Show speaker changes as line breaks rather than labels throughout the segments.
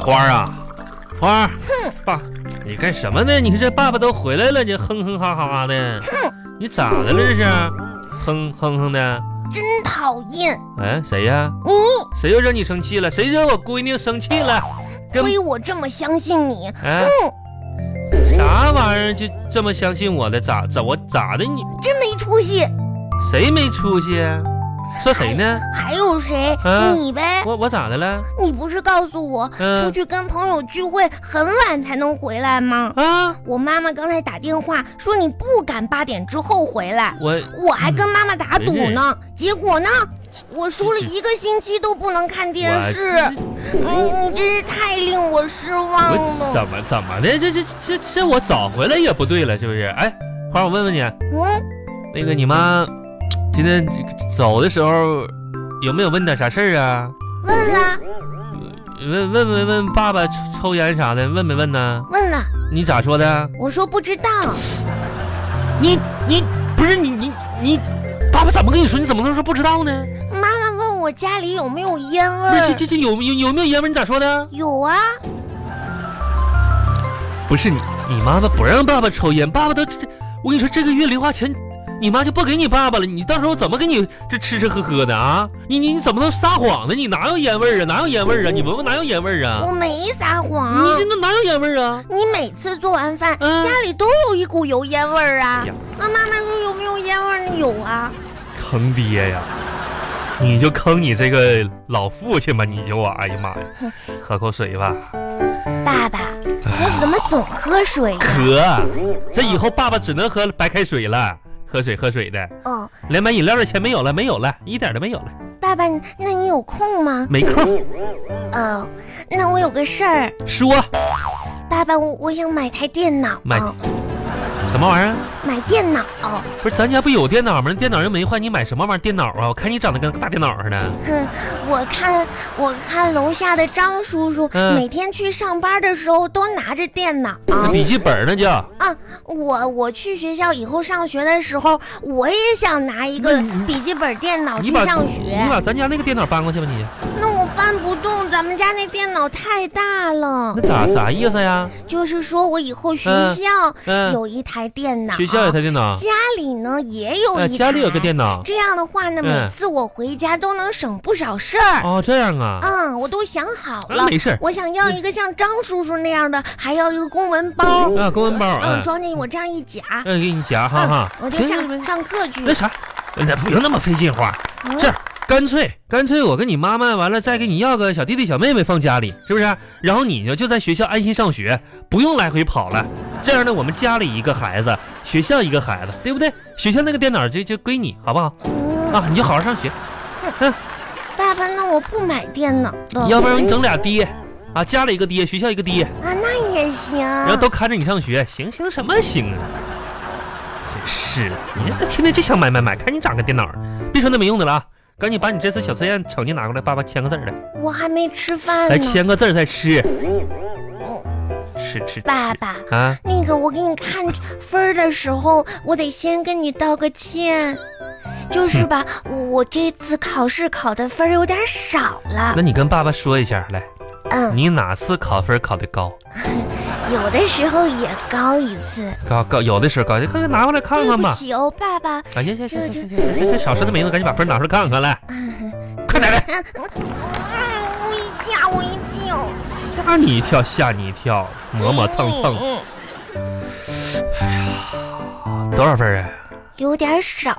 花儿啊，花儿，爸，你干什么呢？你看这爸爸都回来了，你哼哼哈哈的，你咋的了这是？哼哼哼的，
真讨厌！
哎，谁呀？
你
谁又惹你生气了？谁惹我闺女生气了？跟
亏我这么相信你，嗯
哎，啥玩意儿就这么相信我的？咋咋我咋的你？
真没出息。
谁没出息？啊说谁呢？
还有谁？
啊
你呗。
我我咋的了？
你不是告诉我、
嗯
哎出去跟朋友聚会很晚才能回来吗？
啊，
我妈妈刚才打电话说你不敢八点之后回来，
我
我还跟妈妈打赌
嗯没事
呢。结果呢，我输了一个星期都不能看电视，嗯，你真是太令我失望
我
了。
怎么怎么的？这这这这我早回来也不对了，是不是？哎，花儿，我问问你，
嗯，
那个你妈今天走的时候有没有问点啥事儿啊？
问啦
问问没问爸爸抽抽烟啥的？问没问呢？
问啦，
你咋说的？
我说不知道，
你你不是你你你，爸爸怎么跟你说？你怎么能说不知道呢？哎
妈妈问我家里有没有烟味
不是这
儿，
这这有有有没有爷们儿？你咋说的？
有啊，
不是你你妈妈不让爸爸抽烟，爸爸都这这我跟你说这个月零花钱。你妈就不给你爸爸了，你到时候怎么给你这吃吃喝喝的啊？你你你怎么能撒谎呢？你哪有烟味儿啊？哪有烟味儿啊？你闻闻哪有烟味儿啊？
我没撒谎。
你这那哪有烟味儿啊？
你每次做完饭，
嗯
家里都有一股油烟味儿啊
哎呀！
那妈妈说有没有烟味儿？有啊，
坑爹呀！你就坑你这个老父亲吧，你就啊，哎呀妈 呀！喝口水吧，
爸爸，
哎
我怎么总喝水呀？
渴，啊这以后爸爸只能喝白开水了，喝水喝水的，
哦，
连买饮料的钱没有了，没有了，一点都没有了，
爸爸，那你有空吗？
没空嗯
哦，那我有个事儿，
说
爸爸，我我想买台电脑，
买
哦
什么玩意儿？
买电脑，哦
不是咱家不有电脑吗？电脑又没坏，你买什么玩意儿电脑啊？我看你长得跟个大电脑似的。
哼，我看我看楼下的张叔叔
嗯
每天去上班的时候都拿着电脑，哦
那笔记本呢就？
啊，我我去学校以后上学的时候，我也想拿一个笔记本电脑去
你把
上
你
学。
把咱家那个电脑搬过去吧你，
那我搬不动，咱们家那电脑太大了
那。咋咋意思呀？
就是说我以后学
嗯
校
嗯、
有一台电脑，
学校有台电脑，
家里呢也有
呃，
一台。
家里有个电脑。
这样的话呢，每
嗯
次我回家都能省不少事儿。
哦，这样啊，
嗯，我都想好
啊
了。
没事儿
我想要一个像张叔叔那样的，还要一个公文包。
啊，公文包，
嗯，
嗯，
装进我这样一夹，
嗯，给你夹哈哈
嗯，我，就
行行
上嗯
行，
上课去。
那啥，那不用那么费劲花，
嗯
这样干脆干脆我跟你妈妈完了再给你要个小弟弟小妹妹放家里，是不是？然后你呢就在学校安心上学，不用来回跑了。这样呢，我们家里一个孩子，学校一个孩子，对不对？学校那个电脑就就归你，好不好？
嗯，
啊，你就好好上学，
爸爸，那我不买电脑了。
要不然你整俩爹，啊，家里一个爹，学校一个爹，
啊，那也行。
然后都看着你上学，行行什么行啊？真是的，你这天天就想买买买，看你长个电脑儿，别说那没用的了啊！赶紧把你这次小测验成绩拿过来，爸爸签个字儿来，
我还没吃饭
来
呢。
签个字儿再吃，
嗯
吃吃吃
爸爸，
啊！
那个我给你看分儿的时候，我得先跟你道个歉，就是吧，我我这次考试考的分儿有点少了
那。你跟爸爸说一下，来，
嗯，
你哪次考分考的高？
有的时候也高一次。
高高有的时候高，快快拿过来看
对
看
不
吧！
起哦，爸爸。
啊，行行行行行行行，这这少说的没用，赶紧把分拿出来看看来，
嗯，
快点 来，
吓我一跳。
吓你一跳，吓你一跳，磨磨蹭蹭，
嗯，
多少分儿啊？
有点少，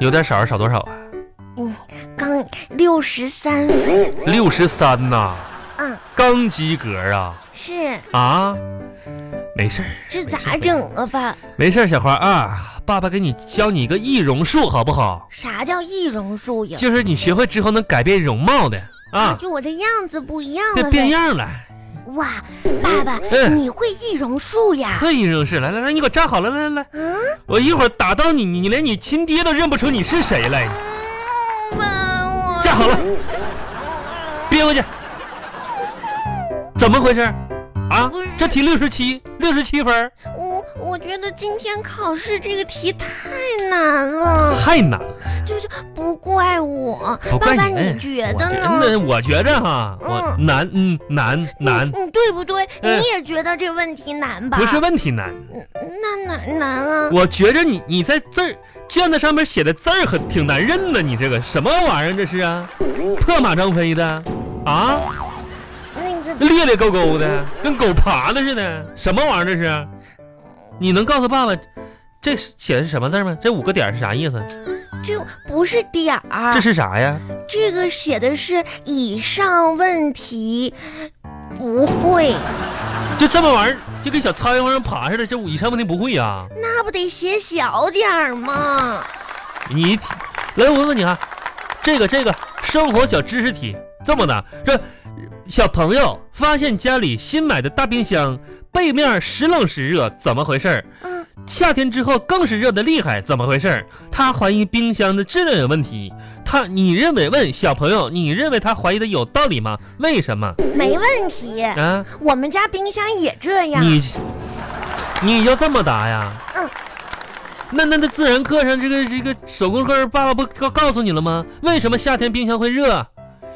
有点少，少多少啊？
刚六十三分。
六十三呐，
嗯。
刚及格啊！
是，
啊，没事儿，
这
没
咋
事
整啊，爸？
没事儿，小花啊，爸爸给你教你一个易容术，好不好？
啥叫易容术呀？
就是你学会之后能改变容貌的啊，
就我的样子不一样
变
了
变
呗。
样了，
哇，爸爸，
嗯
你会易容术呀？
特易容术。来来来，你给我站好了，来来来，
嗯，
我一会儿打到你，你你连你亲爹都认不出你是谁
啊
来。
妈我
站好了，憋回去。怎么回事儿？啊
不是，
这题六十七，六十七分儿，
我我觉得今天考试这个题太难了，
太难了。
就是不怪我。
不怪
爸爸，
你们
你觉
我
得
觉
呢？
得我觉着哈，我难，嗯，难难，
嗯，对不对？
嗯
你也觉得这问题难吧？嗯
不是问题难。
那哪儿难啊？
我觉着你你在字儿卷子上面写的字儿很挺难认的，你这个什么玩意儿这是啊？破马张飞的啊，
那个
裂裂勾勾的，跟狗爬的似的，什么玩意儿这是？你能告诉爸爸这是写的是什么字吗？这五个点儿是啥意思？
这不是点儿
这，是啥呀？
这个写的是以上问题不会，
就这么玩意儿，就跟小苍蝇往上爬似的，这五以上问题不会啊呀、
那不得写小点儿吗？
你一来，我问你啊，这个这个生活小知识题，这么的，这小朋友发现家里新买的大冰箱背面时冷时热，怎么回事儿？
嗯，
夏天之后更是热得厉害，怎么回事儿？他怀疑冰箱的质量有问题。他，你认为问小朋友，你认为他怀疑的有道理吗？为什么
没问题。
啊？
我们家冰箱也这样。
你你要这么答呀？
嗯。
那那那自然课上这个这个手工课，爸爸不告告诉你了吗？为什么夏天冰箱会热？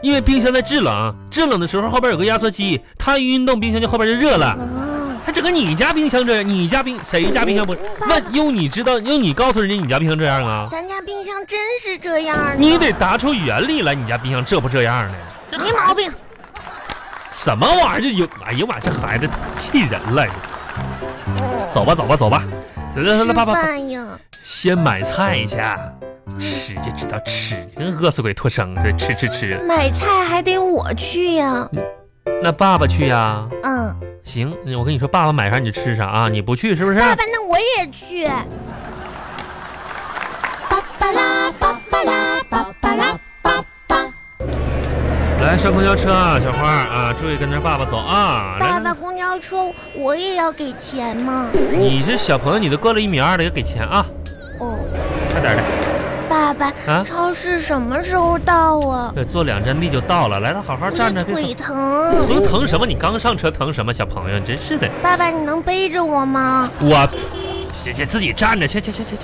因为冰箱在制冷，制冷的时候后边有个压缩机，它一运动，冰箱就后边就热了。
啊，
还整个你家冰箱这样，你家冰谁家冰箱不？那用你知道用你告诉人家你家冰箱这样啊？
咱家冰箱真是这样啊的。
你得答出原理来，你家冰箱这不这样呢？
没毛病。
什么玩意儿就有？哎呀妈，这孩子气人了！
嗯，
走吧走吧走吧，来来来来，
吃
爸爸。
饭呀。
先买菜去，啊吃就知道吃，饿死鬼托生的，吃吃吃。
买菜还得我去呀。
那爸爸去呀、
嗯，
行，我跟你说，爸爸买啥你就吃啥啊，你不去是不是？
爸爸，那我也去。巴巴拉巴巴拉巴巴拉巴巴。
来上公交车啊，小花啊，注意跟着爸爸走啊。
爸
来
爸，，公交车我也要给钱吗？
你是小朋友，你都过了一米二了，要给钱啊，
哦，
快点的
爸爸，
啊。
超市什么时候到啊？
对，坐两站地就到了，来了，好好
我
站着。
的
别
腿
疼
疼。
疼疼什么？你刚上车疼什么？小朋友，真是的，
爸爸，你能背着我吗？
我，去去自己站着，去去去去去。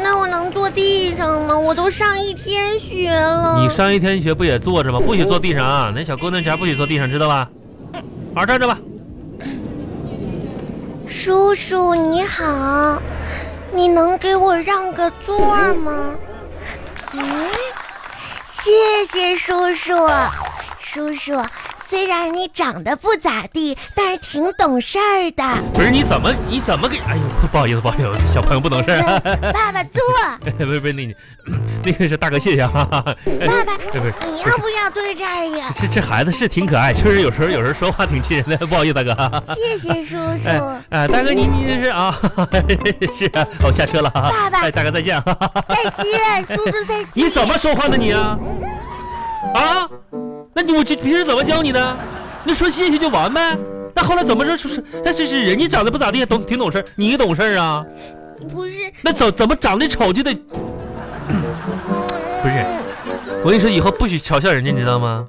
那我能坐地上吗？我都上一天学了。
你上一天学不也坐着吗？不许坐地上啊！那小姑娘家不许坐地上，知道吧？好好站着吧。
叔叔你好，你能给我让个座儿吗？嗯，谢谢叔叔。叔叔，虽然你长得不咋地，但是挺懂事儿的。
不是你怎么你怎么给？哎呦，不好意思不好意思，小朋友不懂事儿、啊。
爸爸坐，
不是不是那 你那个是大哥，谢谢啊。 哈哈
爸爸，
哎不是
你要不要坐这儿 呀？
这这孩子是挺可爱，确实有时候有时候说话挺气人的，不 好意思大哥。哈哈
谢谢叔叔。
哎哎，大哥你你这是啊， 哈哈是啊，我、下车了哈。
爸爸
哎，大哥再见。哈哈
再见，叔叔再见。
你怎么说话呢你啊？啊？那你我这平时怎么教你的？那说谢谢就完呗。那后来怎么着？说是那是是人家长得不咋地，懂挺懂事儿，你懂事儿啊？
不是？
那怎怎么长得丑就得？
不
不是我跟你说，以后不许嘲笑人家，你知道吗？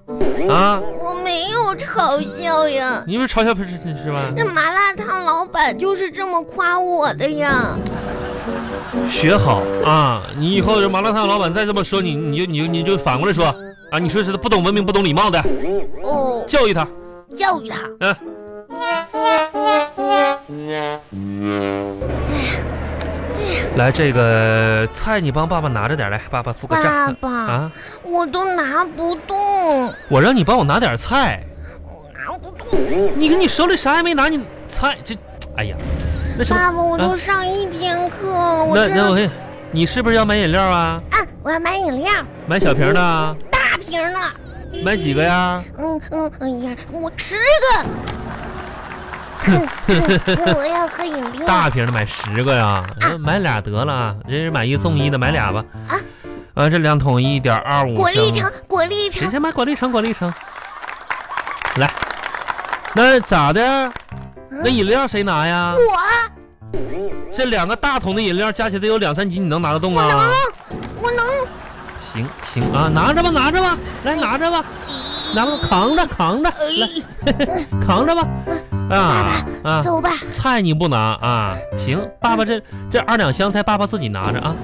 啊，
我没有嘲笑呀，
你不是嘲笑不是是吧？
这麻辣烫老板就是这么夸我的呀。
学好啊！你以后这麻辣烫老板再这么说你，你就你就你就反过来说啊！你说是他不懂文明、不懂礼貌的，
哦，
教育他。
教育他。
嗯
嗯
来，这个菜你帮爸爸拿着点儿来，爸爸付个
爸
账。
爸，
啊，
我都拿不动，
我让你帮我拿点儿菜，
拿不动。
你看你手里啥也没拿，你菜这，哎呀，那什么，
爸爸，我
啊
都上一天课了，我
那
真
那我
的。
看你是不是要买饮料啊？
啊，我要买饮料，
买小瓶的啊，
大瓶的。
买几个呀？
嗯嗯，哎呀，我十个。嗯嗯嗯我要喝饮料。
大瓶的买十个呀，嗯
啊
买俩得了啊，人家买一送一的，买俩吧。
啊
啊，这两桶一点二五
果粒
升。
橙，果粒
谁
橙，
先买果粒橙？果粒橙。来，那咋的？那饮料谁拿呀？
我
这两个大桶的饮料加起来得有两三斤，你能拿得动
我
啊？
能，我能。
行行啊，拿着吧，拿着吧，来拿着吧，拿着吧扛着扛着，来
哎，
扛着吧，啊啊，
走吧，
菜你不拿啊？行，爸爸这这二两香菜爸爸自己拿着啊，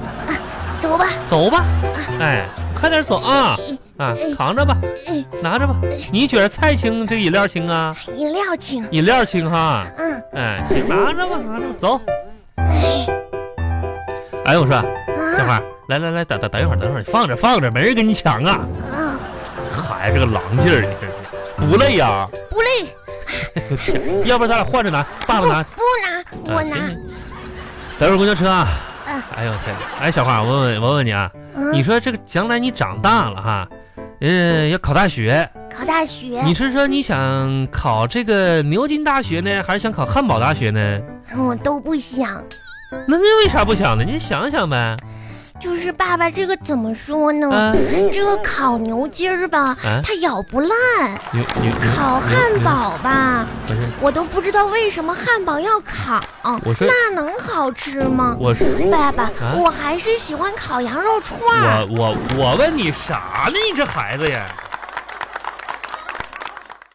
走吧。
走吧，哎，快点走啊啊，扛着吧，
嗯，
拿着吧。你觉得菜轻这饮料轻啊？
饮料请。
饮料轻哈，
嗯，
哎，行，拿着吧，拿着吧，走。
哎
哎，我说，等会
啊
儿，来来来，等等等一会儿，等一会儿，你放着放着，没人跟你抢啊。
啊，
孩子这个狼劲儿，你这是不累呀、
不累，
要不然咱俩换着拿，爸爸拿，
不拿，我
啊
拿。。
行等会儿公交车啊！
嗯
哎呦我天！哎，小花，我问问，我问你啊，你
嗯，
说这个将来你长大了哈，呃，要考大学，
考大学。
你是说你想考这个牛津大学呢，还是想考汉堡大学呢？
我都不想。
那那为啥不想呢？你想想呗。
就是爸爸这个怎么说呢？
啊
这个烤牛筋儿吧，
啊，
它咬不烂；
牛牛牛
烤汉，堡吧，
牛牛不是，
我都不知道为什么汉堡要烤，
我说
那能好吃吗？
我是
爸爸
啊，
我还是喜欢烤羊肉串儿。
我我我问你啥呢？你这孩子呀，